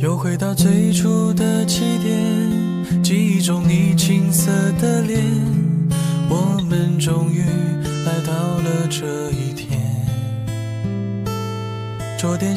又回到最初的起点，记忆中你青涩的脸，我们终于来到了这一天。桌垫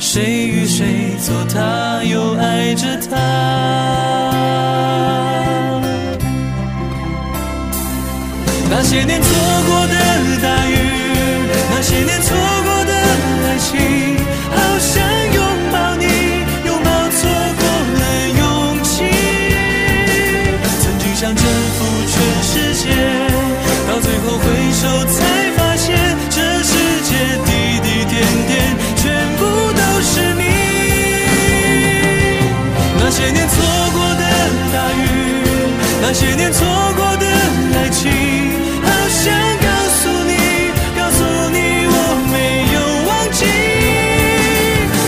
谁与谁做他，又爱着他？那些年错过的大雨，那些年错过的爱情，好想拥抱你，拥抱错过了勇气。想征服全世界，到最后回首才发现，这世界滴滴点点全部都是你。那些年错过的大雨，那些年错过的爱情，好想告诉你，告诉你我没有忘记。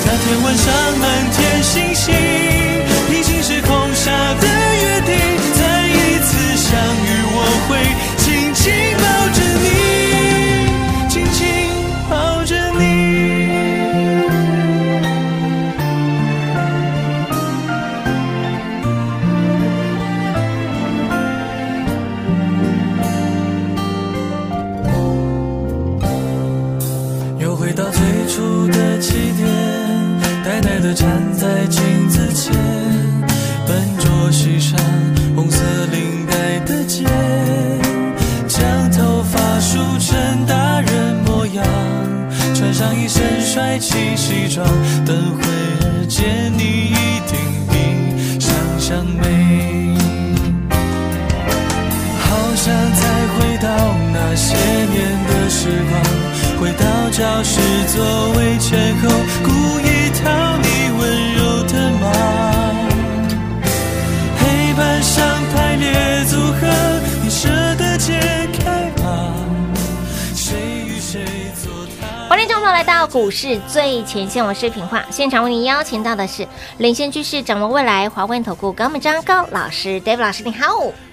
那天晚上满天星星，平行时空下的约定。相遇，我会紧紧抱着你，紧紧抱着你。又回到最初的起点，呆呆地站在镜子前，笨拙系上红色领。的结，将头发梳成大人模样，穿上一身帅气西装，等会儿见你一定比想象美。好想再回到那些年的时光，回到教室座位前后，故意讨你温柔的骂。板上排列组合，你舍得解开吗？谁与谁做欢迎众朋友来到股市最前线，我是品化，现场为您邀请到的是领先趋势、掌握未来华冠投顾高敏章高老师，David 老师，你好。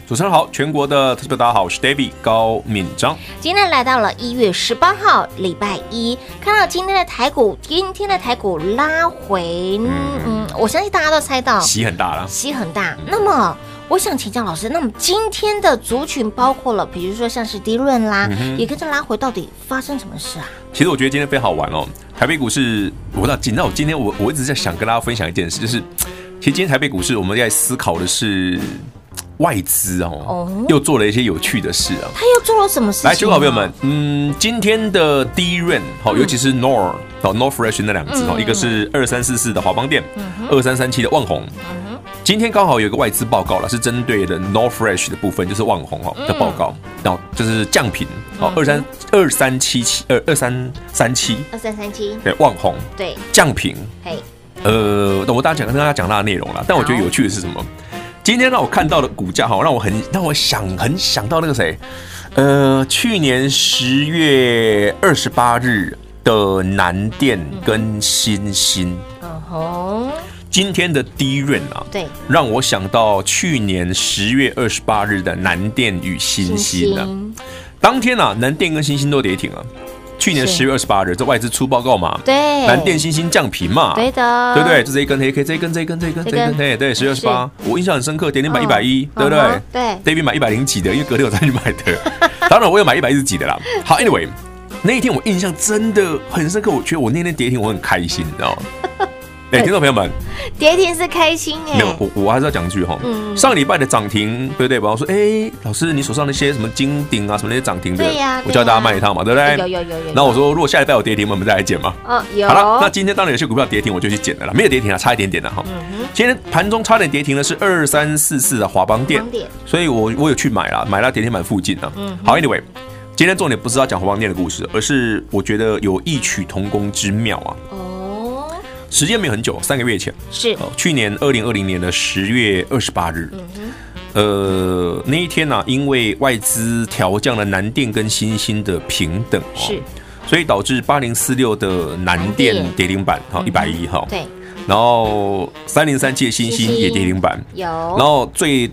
主持人好，全国的特别大家好，我是 David 高敏章。今天来到了一月十八号，礼拜一，看到今天的台股，今天的台股拉回，嗯，嗯我相信大家都猜到，洗很大了。息很大。那么，我想请教老师，那么今天的族群包括了，比如说像是低润啦，嗯也跟着拉回，到底发生什么事啊？其实我觉得今天非常好玩哦，台北股市，我不知道，紧到我今天我我一直在想跟大家分享一件事，就是其实今天台北股市我们在思考的是外资哦哦，又做了一些有趣的事啊。他又做了什么事情啊？来，全国好朋友们，嗯，今天的第一任，好，尤其是 Nor 哦 Nor Fresh 那两只哦，一个是二三四四的华邦店，二三三七的万红。今天刚好有一个外资报告了，是针对的 Nor Fresh 的部分，就是万红哦的报告，然后就是降频哦，二三二三七七二二三三七，二三三七，对，万红对，降频，嘿，呃，我大家讲跟大家讲它的内容了，但我觉得有趣的是什么？今天让我看到的股价哈，让我很让我想很想到那个谁，呃，去年十月二十八日的南电跟新星，嗯哼，今天的低润啊，对，让我想到去年十月二十八日的南电与新兴啊。星当天啊，南电跟新兴都跌停了。去年是十月二十八日，这外资出报告嘛，对南电、新兴降平嘛，对的，对不对？就这一根黑 K，这一根，这一根，这一根，嗯这这一一根根，对对，十月二十八，我印象很深刻，点点买一嗯百一，对不对嗯哼对，David 买一百零几的，因为隔天我再去买 的。当然，我有买一百一十几的啦。好，Anyway，那一天我印象真的很深刻，我觉得我那天跌停，我很开心，你 知道吗？哎，听众朋友们，跌停是开心哎、没有，我我还是要讲一句哈嗯，上个礼拜的涨停，对不对？比方说，哎，老师，你手上那些什么金鼎啊，什么那些涨停的对呀，我叫对呀大家卖一趟嘛，对不有对？有有有有，那我说，如果下礼拜有跌停，我们再来减嘛。哦有，好了，那今天当然有些股票跌停，我就去捡了啦，没有跌停啊，差一点点了哈。嗯今天盘中差点跌停的是二三四四的华邦店华邦嗯店，所以我我有去买啦，买到跌停板附近啊。好，anyway，今天重点不是要讲华邦店的故事，而是我觉得有异曲同工之妙啊。哦时间没有很久，三个月前，是哦，去年二零二零年的十月二十八日，嗯呃，那一天呢、因为外资调降了南电跟新兴的平等，哦是，所以导致八零四六的南南电电嗯跌停板，哈，一百一哈，对然后三零三七的新新兴兴也跌停板，有，然后最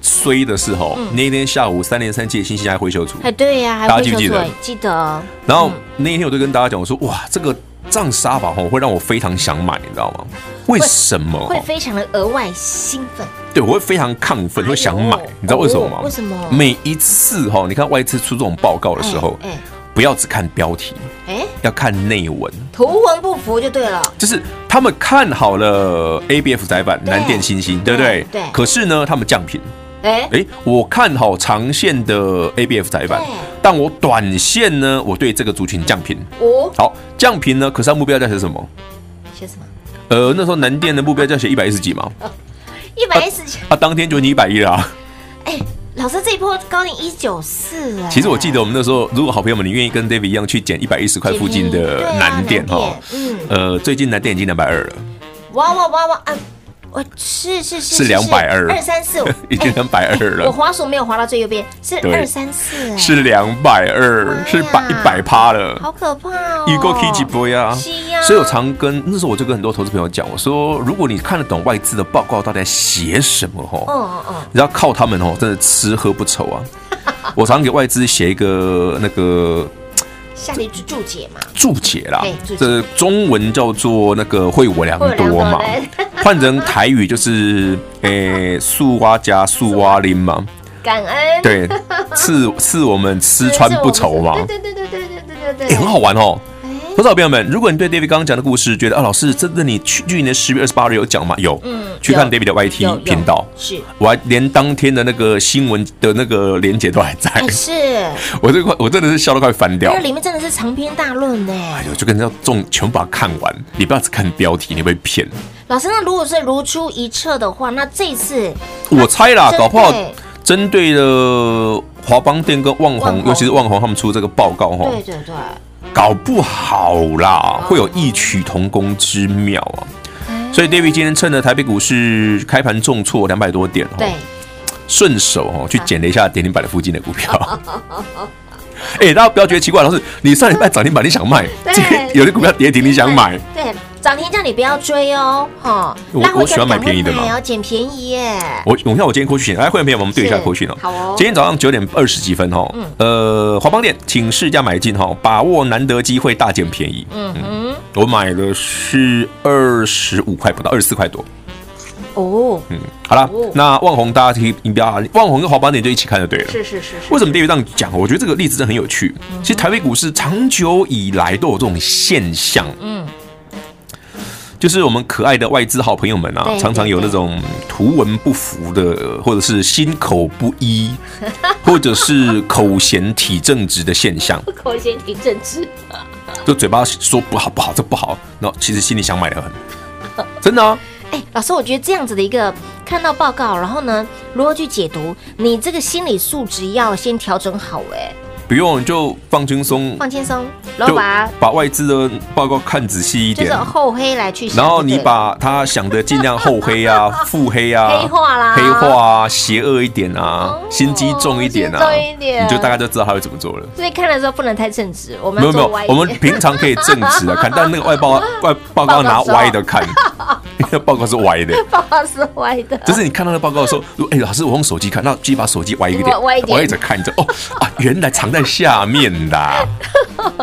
衰的是哈，嗯那一天下午三零三七的新兴还回修组，哎对呀、还大会家记求不记得哦腿记得然后那一天我就跟大家讲，我说哇，这个涨杀法吼会让我非常想买，你知道吗？为什么哈？会非常的额外兴奋，对，我会非常亢奋，哎呦会想买，你知道为什么吗？哦为什么每一次哈，你看外资出这种报告的时候，哎不要只看标题，哎哎要看内文，图文不符就对了，就是他们看好了 ABF 窄板、对南电、新星，对不对对对？可是呢，他们降频。哎哎，我看好长线的 ABF 窄板对，但我短线呢，我对这个族群降频。五好，降频呢，可是它目标价是什么？写什么？呃，那时候南电的目标价写一百一十几 嘛，一百一十九，啊，当天就你一百一 了啊。哎，老师这一波高点一九四哎。其实我记得我们那时候，如果好朋友们你愿意跟 David 一样去捡一百一十块附近的对啊南店南哈店，嗯，呃，最近南店已经两百二 了，哇哇哇哇，啊，我是是是是220二三 四五哎已经两百二我了，滑鼠没有滑到最右边，是对二三四，是两百妈二呀，是百一百趴了。啊好可怕哦！预购 K 几波呀？是啊呀所以我常跟那时候我就跟很多投资朋友讲，我说如果你看得懂外资的报告到底在写什么嗯哈，嗯嗯，你要靠他们哦，真的吃喝不愁 啊。我常给外资写一个那个下列注注解嘛，注解啦对注解，这中文叫做那个“惠我良惠我多”良多嘛对，换成台 语就是“诶，树蛙加树蛙林”嘛，感恩，对，赐赐我们吃穿不愁嘛，对对对对对对对对也对，很好玩哦。哎，投资好朋友们，如果你对 David 刚刚讲的故事觉得啊，老师真的你去去年十月二十八日有讲吗？有，嗯去看有 David 的有 YT 有频道，是，我还连当天的那个新闻的那个连接都还在哎，是， 我这块我真的是笑到快翻掉因为。里面真的是长篇大论呢哎。呦，就跟人家中全部把它看完，你不要只看标题，你会被骗。老师，那如果是如出一辙的话，那这一次我猜啦，针对搞不好针对了华邦店跟旺旺宏，宏尤其是旺宏他们出这个报告哈对，哦对对，搞不好啦，会有异曲同工之妙啊。哎所以 David 今天趁着台北股市开盘重挫两百多点哦对，，顺手哦去捡了一下跌停板的附近的股票。 哎，大家不要觉得奇怪，老师，你上礼拜涨停板你想卖，对今天有的股票跌停你想买，对，涨停价你不要追哦，哈，我拉回我喜欢买便宜的嘛赶快买哦捡便宜耶，我我看我今天扣讯，来，会员朋友们，我们对一下是扣讯哦。好哦今天早上九点二十几分哦，呃，华邦店请试驾买进哈、哦，把握难得机会大捡便宜。嗯哼，我买的是二十五块不到，二十四块多。哦，嗯，好啦，哦那旺宏大家提你不要，旺宏跟华邦店就一起看就对了。是是是是，为什么 David 这样讲？我觉得这个例子真的很有趣。其实台北股市长久以来都有这种现象，嗯，就是我们可爱的外资好朋友们啊对，常常有那种图文不符的，或者是心口不 一，或者是口嫌体正直的现象，口嫌体正直，就嘴巴说不好不好，这不好，然后其实心里想买的很，真的啊，哎，老师，我觉得这样子的一个看到报告，然后呢，如何去解读，你这个心理素质要先调整好，哎，不用你就放轻松，放轻松，然后就把把外资的报告看仔细一就点是，厚黑来去想就对然了，后你把它想的尽量厚 黑啊、腹黑啊、黑化啦黑化啊、邪恶一点啊、哦心机重一点啊，心机重一点你就大概就知道他会怎么做了。所以看的时候不能太正直，我们没要有没做有歪，一我点。啊 们平常可以正直的看，但那个外报外报告拿歪的看，那报告是歪的。 不好是歪的，就是你看到那报告的时候，如果哎、老师，我用手机看，那就把手机歪一点，歪歪一点着看着，哦啊，原来藏在下面 的、啊，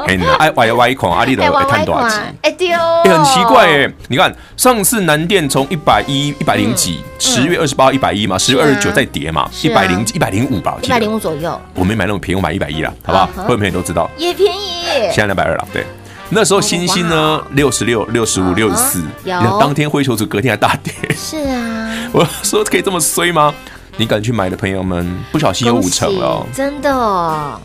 哎、你爱歪歪孔，阿丽的歪探歪多款少集？，哎丢，哎、很奇哦怪哎、你看上次南电从一百一、一百零几，十月二十八一百一嘛，十月二十九再跌嘛，嗯是一啊百零一百零五吧，我一记百零得。五左右，我没买那么便宜，我买一百一啦，好不好啊哈？会员朋友都知道，也便宜，现在两百二了。对，那哦时候星星呢六十六、六十五、六十四，嗯有你看当天灰球组隔天还大跌， 是啊，我说可以这么衰吗？你敢去买的朋友们，不小心有五成了哦恭喜。真的哦，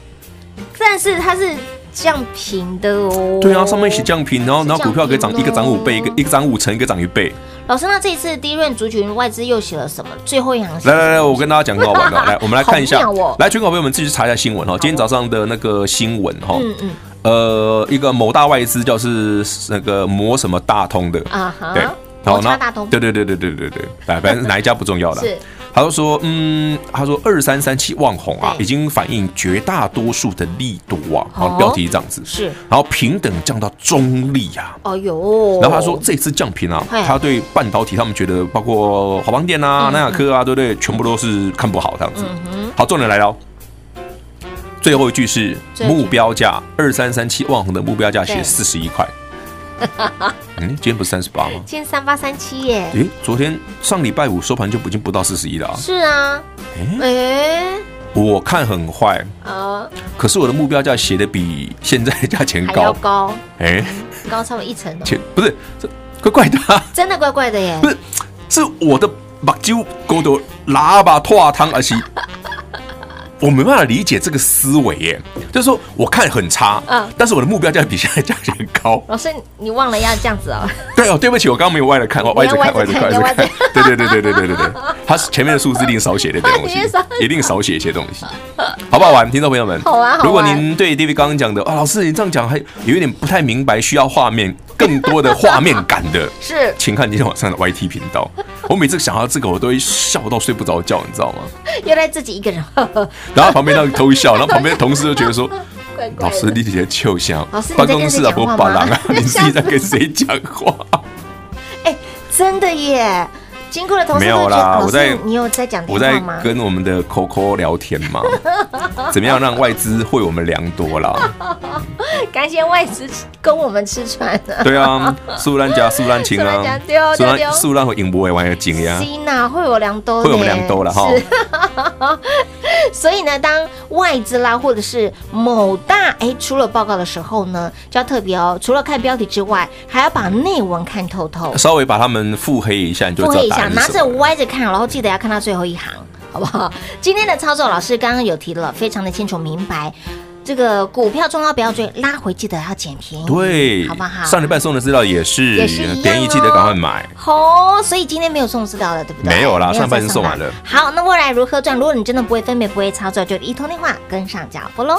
但是它是这样平的哦，对啊，上面写降平，然后然后股票可以涨是一个降涨平哦五倍，一个一个涨五成，一个涨一倍。老师，那这一次低润族群外资又写了什么？最后一行是来来来，我跟大家讲个好玩的，来我们来看一下好妙哦，来全港朋友们自己去查一下新闻哈，今天早上的那个新闻哈，嗯嗯呃，一个某大外资叫是那个某什么大通的，啊哈，对，摩那擦大同对对对对对对对，哎，反正哪一家不重要的是。他就说，嗯，他说二三三七万红啊，对已经反映绝大多数的利多啊，好哦标题这样子，是，然后平等降到中立啊。哦哟，然后他说这次降平啊嘿，嗯他对半导体他们觉得包括华邦电啊、南亚科啊，对不对？全部都是看不好这样子。好，重点来了哦，最后一句是最后一句目标价二三三七万红的目标价对写四十 一块。嗯，今天不是三十八吗？今天三八三七耶，诶，昨天上礼拜五收盘就已经不到四十一了啊！是啊，哎我看很坏，呃可是我的目标价写的比现在的价钱还要高。高，诶，高超过一层哦，钱不是这怪怪的啊、真的怪怪的耶不，是，是我的目睭勾到喇叭拖汤，而且我没办法理解这个思维耶。就是说，我看很差，嗯但是我的目标价比现在价钱高。老师你忘了要这样子哦，对哦，对不起，我刚刚没有歪着看，我哦歪着看，歪歪着着看看，歪着歪着看。对对对对对对对对，它是前面的数字一定少写一点东 一定少西，一定少写一些东西，好不好玩？听众朋友们，好啊玩好玩如果您对 David 刚刚讲的啊，老师你这样讲还有一点不太明白，需要画面更多的画面感的， 是请看今天晚上的 YT 频道。我每次想到这个，我都会笑到睡不着觉，你知道吗？原来自己一个人，呵呵然后旁边那个偷笑，然后旁边的同事就觉 得说怪怪：“的老师，你姐姐秋香老师，你在办跟公室谁啊讲不话把吗狼啊，你自己在跟谁讲 话哎，真的耶，经过的同事没有都觉得啦老我在师你有在讲？”我电话在吗？跟我们的 Coco 聊天嘛，怎么样让外资惠我们良多啦？感谢外资供我们吃穿 啊。对啊，苏兰加苏兰情苏啊兰夹对哦，苏对哦兰苏兰和赢不会玩的情哎呀， C 呐，啊会有良多呢，会我们良多了哈是。 所以呢，当外资啦，或者是某大哎出了报告的时候呢，就要特别哦，除了看标题之外，还要把内文看透透，稍微把他们腹黑一下，你就复知道黑一答下，案拿是什着么了。歪着看，然后记得要看到最后一行，好不好？ 今天的操作，老师刚刚有提了，非常的清楚明白。这个股票重要不要追，拉回记得要捡便宜，对好不好？，上礼拜送的资料也是也是一样哦，便宜记得赶快买。好，所以今天没有送资料了，对不对？没有啦没上半再身送完了。好，那未来如何赚？如果你真的不会分辨、不会操作，就一通电话跟上脚步喽。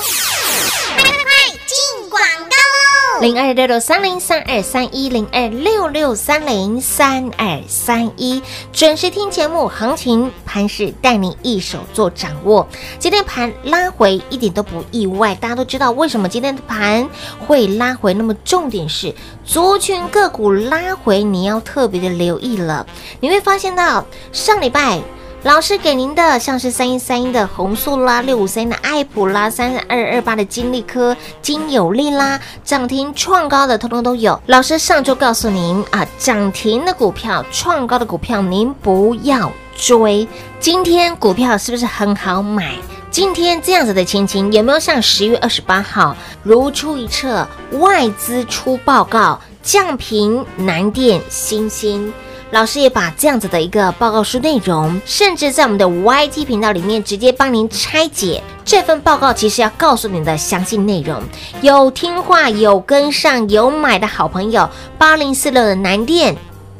零二六六三零三二三一零二六六三零三二三一，准时听节目，行情盘势带你一手做掌握。今天盘拉回一点都不意外，大家都知道为什么今天的盘会拉回，那么重点是族群个股拉回，你要特别的留意了。你会发现到上礼拜。老师给您的像是三一三一的红素啦，六五三的爱普啦，三二二八的金利科、金有利啦，涨停创高的通通都有。老师上周告诉您啊，涨停的股票、创高的股票您不要追。今天股票是不是很好买？今天这样子的情形有没有像十月二十八号如出一辙？外资出报告，降平南电、新兴。老师也把这样子的一个报告书内容，甚至在我们的 YT 频道里面直接帮您拆解这份报告，其实要告诉您的详细内容。有听话、有跟上、有买的好朋友，八零四六的南电，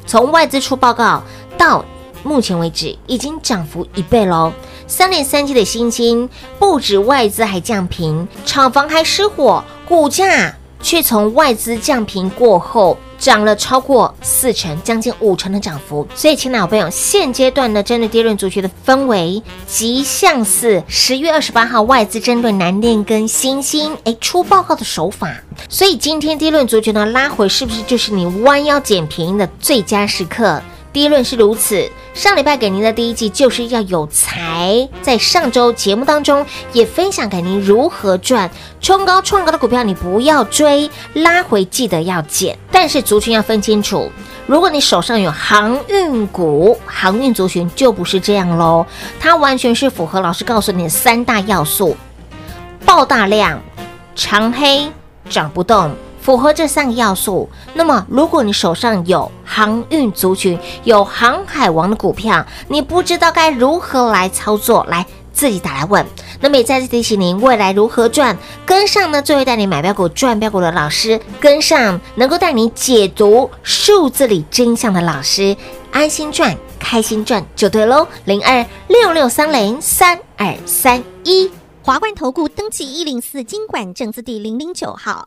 从外资出报告到目前为止已经涨幅一倍喽。三点三七的新金不止外资还降平，厂房还失火，股价却从外资降平过后涨了超过四成，将近五成的涨幅。所以，亲老朋友，现阶段呢，针对跌论族群的氛围，极像是十月二十八号外资针对南电跟新兴哎出报告的手法。所以，今天跌论族群呢拉回，是不是就是你弯腰捡便宜的最佳时刻？第一论是如此，上礼拜给您的第一季就是要有财，在上周节目当中也分享给您如何赚冲高创高的股票，你不要追，拉回记得要减，但是族群要分清楚。如果你手上有航运股、航运族群，就不是这样喽，它完全是符合老师告诉你的三大要素：爆大量、长黑、涨不动。符合这三个要素，那么如果你手上有航运族群、有航海王的股票，你不知道该如何来操作，来自己打来问。那么也再次提醒您，未来如何赚，跟上呢最会带你买标股、赚标股的老师，跟上能够带你解读数字里真相的老师，安心赚，开心赚就对喽。零二六六三零三二三一。华冠投顾登记一零四经管证字第零零九号。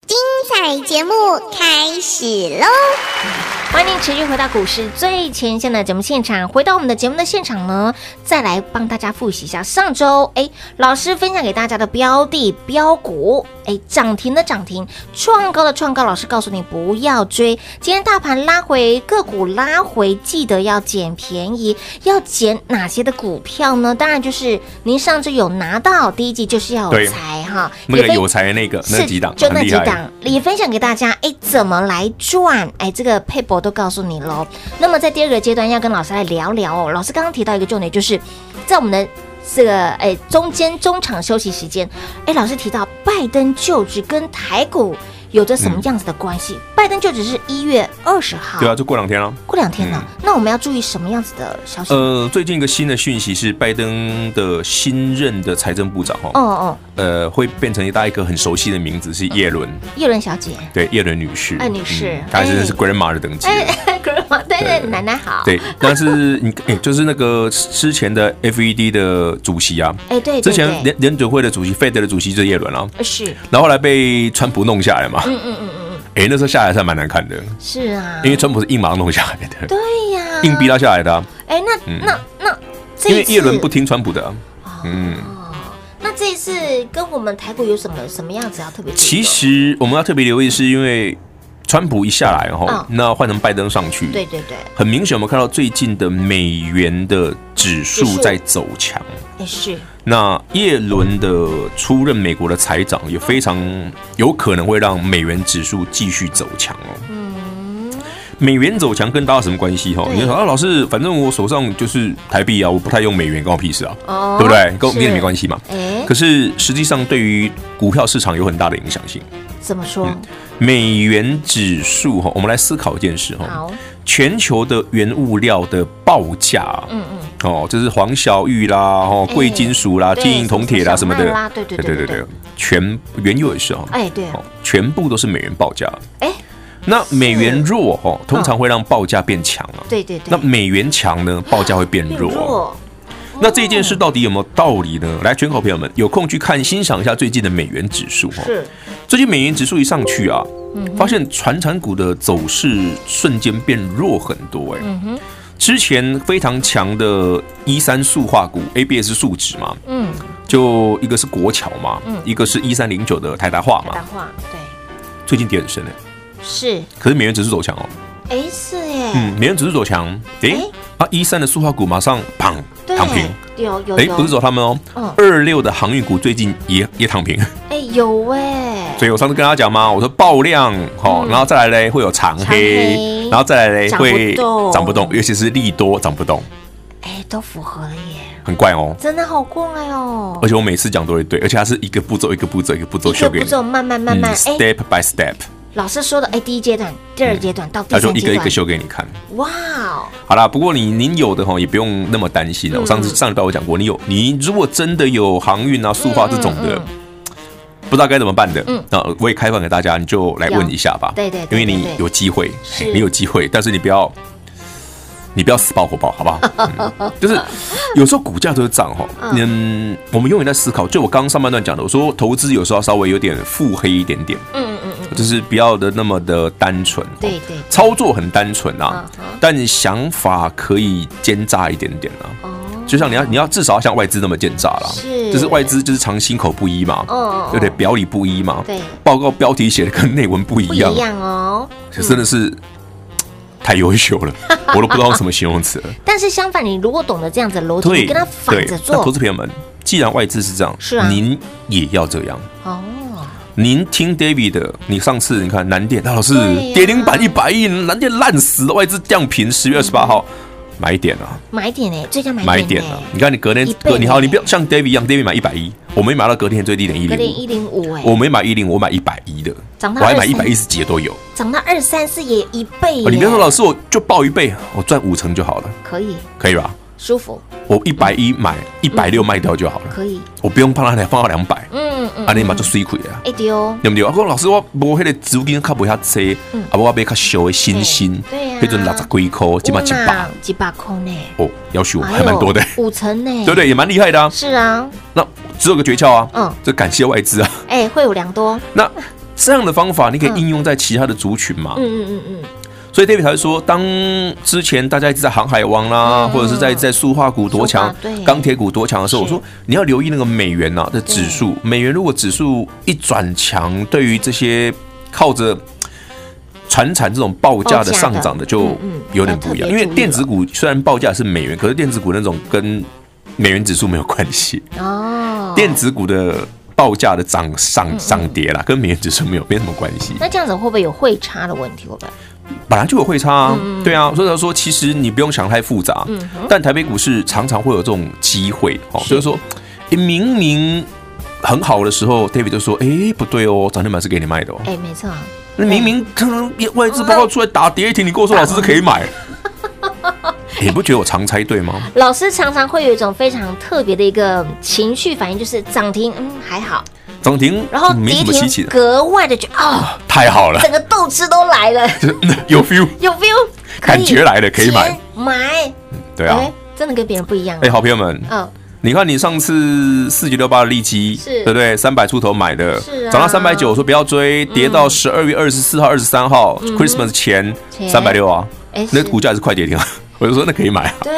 彩节目开始喽！欢迎持续回到股市最前线的节目现场。回到我们的节目的现场呢，再来帮大家复习一下上周哎老师分享给大家的标的标股，哎涨停的涨停，创高的创高。老师告诉你不要追。今天大盘拉回，个股拉回，记得要捡便宜。要捡哪些的股票呢？当然就是您上周有拿到第一季就是要有对财哈，那也个非有才的那个是那几档就那很几厉害，档，也分享给大家。哎，怎么来赚？哎，这个配博都告诉你喽。那么在第二个阶段，要跟老师来聊聊哦。老师刚刚提到一个重点，就是在我们的这个哎中间中场休息时间，哎，老师提到拜登就职跟台股有着什么样子的关系？拜登就职是一月二十号，嗯对啊，就过两天了。过两天了。那我们要注意什么样子的消息？呃，最近一个新的讯息是，拜登的新任的财政部长哦哈，哦，呃，会变成大家一个很熟悉的名字是耶伦，叶伦小 姐，对，耶伦女士，哎女士嗯她真的是哎 grandma 的等级了。哎，grandma，对对，奶奶好，，对，但是你 哎、就是那个之前的 FED 的主席啊，哎对，对之前对联联准会的主席、Fed 的主席就是耶伦啊，是然后后来被川普弄下来嘛。嗯嗯嗯嗯。哎、那时候下来是还蛮难看的，是啊，因为川普是硬把他弄下来的，对呀，硬逼他下来的啊、哎，那那那这因为一次哦耶伦不听川普的啊、嗯，那这一次跟我们台股有什么什么样子要特别注意的？其实我们要特别留意，是因为川普一下来后，嗯那换成拜登上去，对，对对，很明显我们看到最近的美元的指指数数在走强。哎是那耶伦的出任美国的财长，也非常有可能会让美元指数继续走强哦。美元走强跟大家有什么关系哈？嗯对你就说啊，老师，反正我手上就是台币啊，我不太用美元，关我屁事啊，哦对不对？跟我是跟你没关系嘛。哎可是实际上，对于股票市场有很大的影响性。怎么说？嗯美元指数哈，我们来思考一件事哈，好，全球的原物料的报价啊，嗯嗯，哦，这是黄小玉啦，哦，哎贵金属啦，对金银铜铁啦什什么么小麦的啦，对对对对对，全原油也是哦，哎对啊，哦，全部都是美元报价。哎嗯那美元弱哦，通常会让报价变强啊。对对对，那美元强呢，报价会变变弱哦。那这件事到底有没有道理呢？来，全口朋友们有空去看欣赏一下最近的美元指数哦。是嗯最近美元指数一上去啊，发现传产股的走势瞬间变弱很多哎、嗯之前非常强的一三塑化股 ABS 数值嘛，嗯，就一个是国桥嘛，一个是一三零九的台达化台嘛达，化对最近跌很深哎、是可是美元指数走强哦，哎，是耶，嗯，美元指数走强，诶、诶啊，一三的塑化股马上砰对躺平，，有有诶、有，哎不是走他们嗯哦，二六的航运股最近也 也躺平，哎有哎，所以我上次跟他讲嘛，我说爆量，好、嗯然后再来嘞会有长长黑黑，然后再来嘞涨不会动涨不动，尤其是利多涨不动，哎都符合了耶，很怪哦。真的好怪哦而，且我每次讲都会对，而且它是一个步骤一个步骤一个步骤一个哎修给步你，嗯骤慢慢慢慢，哎， step by step，老师说的，哎，第一阶段、第二阶段到第它就三嗯一个阶一段个，修给你看。哇哦，好啦，不过你您有的哈也不用那么担心了。嗯我上次上礼拜我讲过，你有你如果真的有航运啊、塑化这种嗯的，不知道该怎么办的，那我也开放给大家，你就来问一下吧。对对对因为你对对有机会，是嘿你有机会，但是你不要。你不要死抱活抱，好不好？ 嗯就是有时候股价都是涨哈，嗯，我们永远在思考。就我刚上半段讲的，我说投资有时候要稍微有点腹黑一点点，嗯嗯嗯，就是不要的那么的单纯。哦对对对操作很单纯啊嗯哼，但想法可以奸诈一点点啊。哦，就像你要，你要至少要像外资那么奸诈啦，是就是外资就是常心口不一嘛，嗯对不对？表里不一嘛，对报告标题写的跟内文不一不一样，样哦。这真的是嘖太优秀 了，我都不知道用什么形容词了。但是相反，你如果懂得这样子的逻辑，对，你跟他反对着那做投资朋友们，既然外资是这样，是啊您也要这样。哦，您听 David 的，你上次你看南电，那老师对呀跌停板一百亿，南电烂死了，外资降平，十月二十八号买一点啊，买点哎，最佳买买一点点啊哎，，你看你隔天一倍隔你好，耶你不要像 David 一样，David 买一百一，我没买到隔天最低点一有点零一零五哎五，，我没买一零，我买一百一的，涨我到还买一23百一十几的都有。涨到二三四也一倍耶，哦你别说老师，我就报一倍，我赚五成就好了，可以可以吧？舒服，我一百一买，一百六卖掉就好了，可以，我不用放到两放到两百，嗯嗯，啊，你嘛就水亏了。哎丢、对不对？我讲老师，我无迄个资金较无遐济，啊，我买较小的新星，嗯对对啊迄阵六十几箍，即码一百哇，啊几把空呢，哦，要求哎还呦蛮多的，五成呢，对不对？也蛮厉害的啊。是啊，那只有个诀窍啊，嗯嗯，就感谢外资啊。哎、会有良多，那这样的方法，你可以应用在其他的族群嘛？嗯嗯嗯所以 David 才会说，当之前大家一直在航海王啦，或者是在在塑化股多塑强化嗯对、钢铁股多强的时候，我是说你要留意那个美元呐、的指数。美元如果指数一转强，对于这些靠着船产这种报价的上涨的，就有点不嗯一要特别注意样。嗯因为电子股虽然报价是美元，可是电子股那种跟美元指数没有关系。嗯，哦，电子股的报价的涨嗯上涨跌啦，跟美元指数没有没什么关系。那这样子会不会有汇差的问题？会不会？本来就有汇差啊，嗯对啊，所以他说其实你不用想太复杂，但台北股市常常会有这种机会哦，所以说诶明明很好的时候，David 就说，哎，不对哦，涨停板是给你卖的哦，哎、哎没错，那明明可能外资报告出来打跌停，你跟我说老师是可 以买，你不觉得我常猜对吗？老师常常会有一种非常特别的一个情绪反应，就是涨停，嗯，还好，涨停然后嗯没跌什么稀奇停的，格外的觉得哦， 太 好了，整个斗志都来了， 有 feel，有 feel，可以感觉来了，可以买钱，买，对啊，哎，真的跟别人不一样，哎，好朋友们，嗯，你看，你上次四九六八的利基，是对不对？三百出头买的，是啊嗯涨到三百九，我说不要追，跌到十二月二十四号、二十三号、Christmas 前前三百六啊哎，那是股价也是快跌停啊， 我就说那可以买啊，对，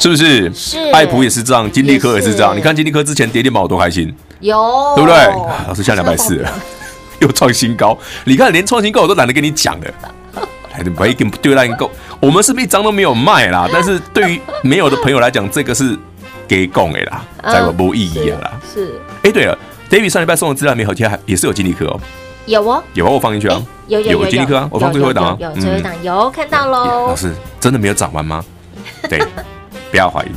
是不是？是爱普也是这样，金利科也是这也样。是你看金利科之前跌停板我多开心，有，对不对？ 啊老师下两百四， 又创新高，你看连创新高我都懒得跟你讲 了。哎，你不要一定不对烂够，我们是不是一张都没有卖 啦？但是对于没有的朋友来讲，这个是给供的啦，嗯再不无意义了啦。是哎，对了，David 上礼拜送的资料没有，其实还也是有金立科哦，有哦，有啊，我放进去啊哎，有有有金立科啊，我放最后一档啊，有有有最后一嗯档有看到老喽，师真的没有涨完 吗？对，不要怀疑，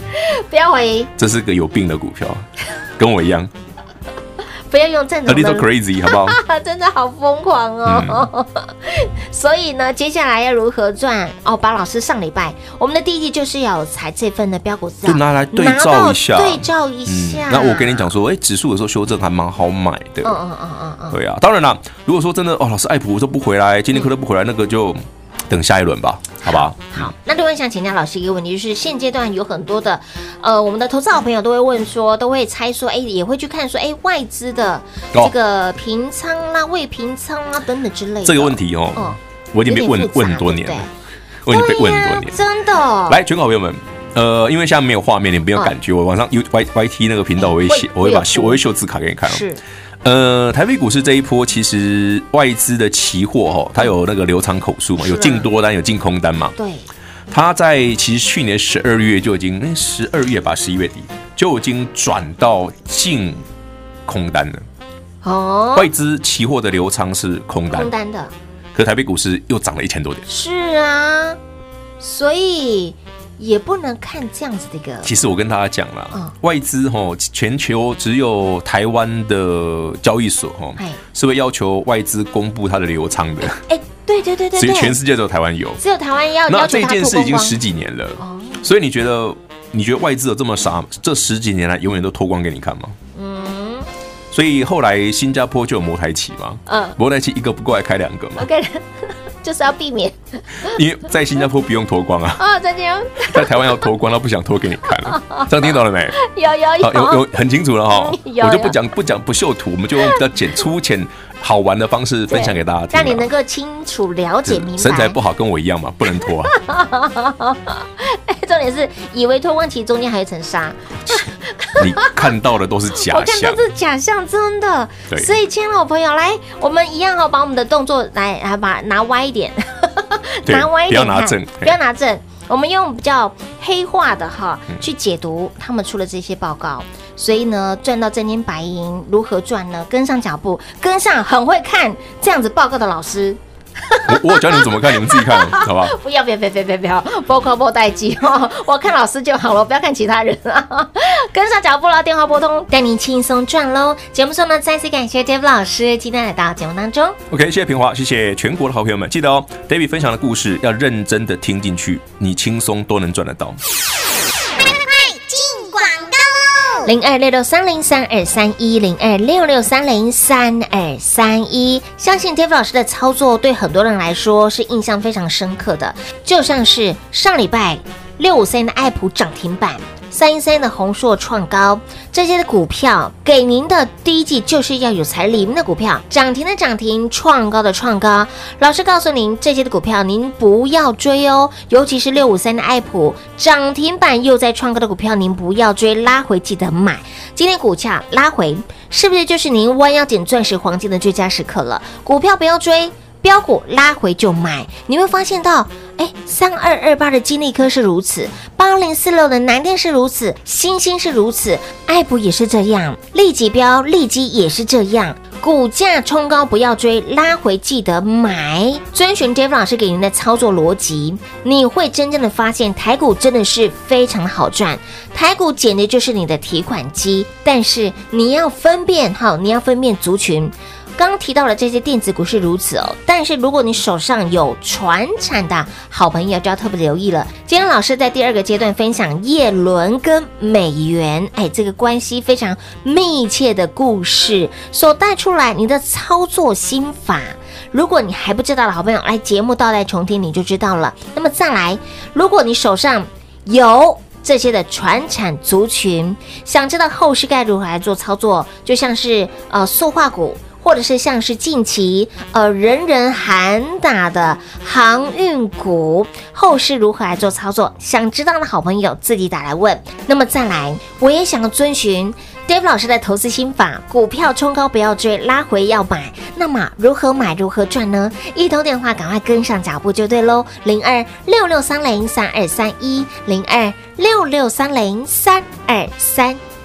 不要怀疑，这是个有病的股票，跟我一 样不要用正，a 常 little 的。 crazy，好不好？ 真的好疯狂哦！嗯 所以呢，接下来要如何赚？哦，把老师上礼拜我们的第一季就是要有财这份的标股资料，就拿来对照拿到一下对照一下。嗯那我跟你讲，说，哎，指数有时候修正还蛮好买的嗯，嗯嗯嗯嗯，对啊，当然啦，如果说真的哦，老师爱普都不回来，金立科都不回来，那个就等下一轮吧，好不好？好。那另外想请教老师一个问题，就是现阶段有很多的呃，我们的投资好朋友都会问说，都会猜说，哎，也会去看说，哎，外资的哦这个平仓啦、未平仓啦等等之类的这个问题哦嗯，我已经被有问点复杂问很多年对了不对，我已经被问对很呀嗯多年。真的来，全国好朋友们，呃，因为现在没有画面，你们没有感觉，我晚上 U Y Y T 那个频道我会嗯会写，我会会把有秀我会秀字卡给你看哦。是呃，台北股市这一波，其实外资的期货哈、哦，它有那个留仓口数嘛，有净多单，有净空单嘛。对，它在其实去年十二月就已经，那十二月吧，十一月底就已经转到净空单了。哦，外资期货的留仓是空单空，单的，可台北股市又涨了一千多点。是啊，所以也不能看这样子的一个其实我跟大家讲嗯啦，外资哈，全球只有台湾的交易所哈哎，是会要求外资公布它的留仓的，哎，对对对对所以对，全世界只有台湾有。只有台湾要那要求这他件脱事已光经光十几年了，哦，所以你觉得你觉得外资有这么傻？这十几年来永远都脱光给你看吗？嗯所以后来新加坡就有摩台旗嘛，嗯摩台旗一个不过来开两个嘛， ，OK，就是要避免因为在新加坡不用脱 光啊，哦，再见哦，在台湾要脱光，他不想脱给你看了，这样听 懂了没？有有好，哦有有有，，很清楚了哈有我就有不讲不讲不秀图，我们就用比较简粗浅好玩的方式分享给大家听让啊。你能够清楚了解是明白。身材不好跟我一样嘛，不能脱啊。 重点是以为脱光，其实中间还有一层纱。你看到的都是假我看象到，是假象，真的。对所以，亲爱的老朋友，来，我们一样哦，把我们的动作来，来把拿歪一点， 对拿歪一点不要拿看正不要拿正。我们用比较黑化的哈嗯去解读他们出了这些报告，所以呢，赚到真金白银如何赚呢？跟上脚步，跟上很会看这样子报告的老师，我我有教你们怎么看，你们自 己看，好不好？不要，不要，不要，不要，不要，包括波代机哦，我看老师就好了，不要看其他人啊。跟上脚步了，电话拨通，带你轻松赚喽。节目中呢，再次感谢 Dave 老师今天来到节目当中。 OK，谢谢平华，谢谢全国的好朋友们，记得哦，David 分享的故事要认真的听进去，你轻松都能赚得到。进广告喽！零二六六三零三二三一零二六六三零三二三一。相信 Dave 老师的操作对很多人来说是印象非常深刻的，就像是上礼拜六五三的爱普涨停板。三一三的宏硕创高，这些的股票给您的第一季就是要有财里面的股票，涨停的涨停，创高的创高。老师告诉您，这些的股票您不要追哦，尤其是六五三的爱普涨停板又在创高的股票，您不要追，拉回记得买。今天股价拉回，是不是就是您弯腰捡钻石、黄金的最佳时刻了？股票不要追。标股拉回就买，你会发现到，哎，三二二八的金利科是如此，八零四六的南电是如此，星星是如此，爱普也是这样，利己标、利基也是这样，股价冲高不要追，拉回记得买，遵循 Dave 老师给您的操作逻辑，你会真正的发现台股真的是非常好赚，台股简直就是你的提款机，但是你要分辨哈，你要分辨族群。刚提到了这些电子股是如此哦，但是如果你手上有传产的好朋友，就要特别留意了。今天老师在第二个阶段分享叶伦跟美元，哎，这个关系非常密切的故事所带出来你的操作心法。如果你还不知道的好朋友，来节目倒带重听你就知道了。那么再来，如果你手上有这些的传产族群，想知道后市该如何来做操作，就像是呃塑化股。或者是像是近期呃人人喊打的航运股，后市如何来做操作？想知道的好朋友自己打来问。那么再来，我也想要遵循 Dave 老师的投资心法，股票冲高不要追，拉回要买。那么如何买，如何赚呢？一通电话，赶快跟上脚步就对喽。零二六六三零三二三一，零二六六三零三二三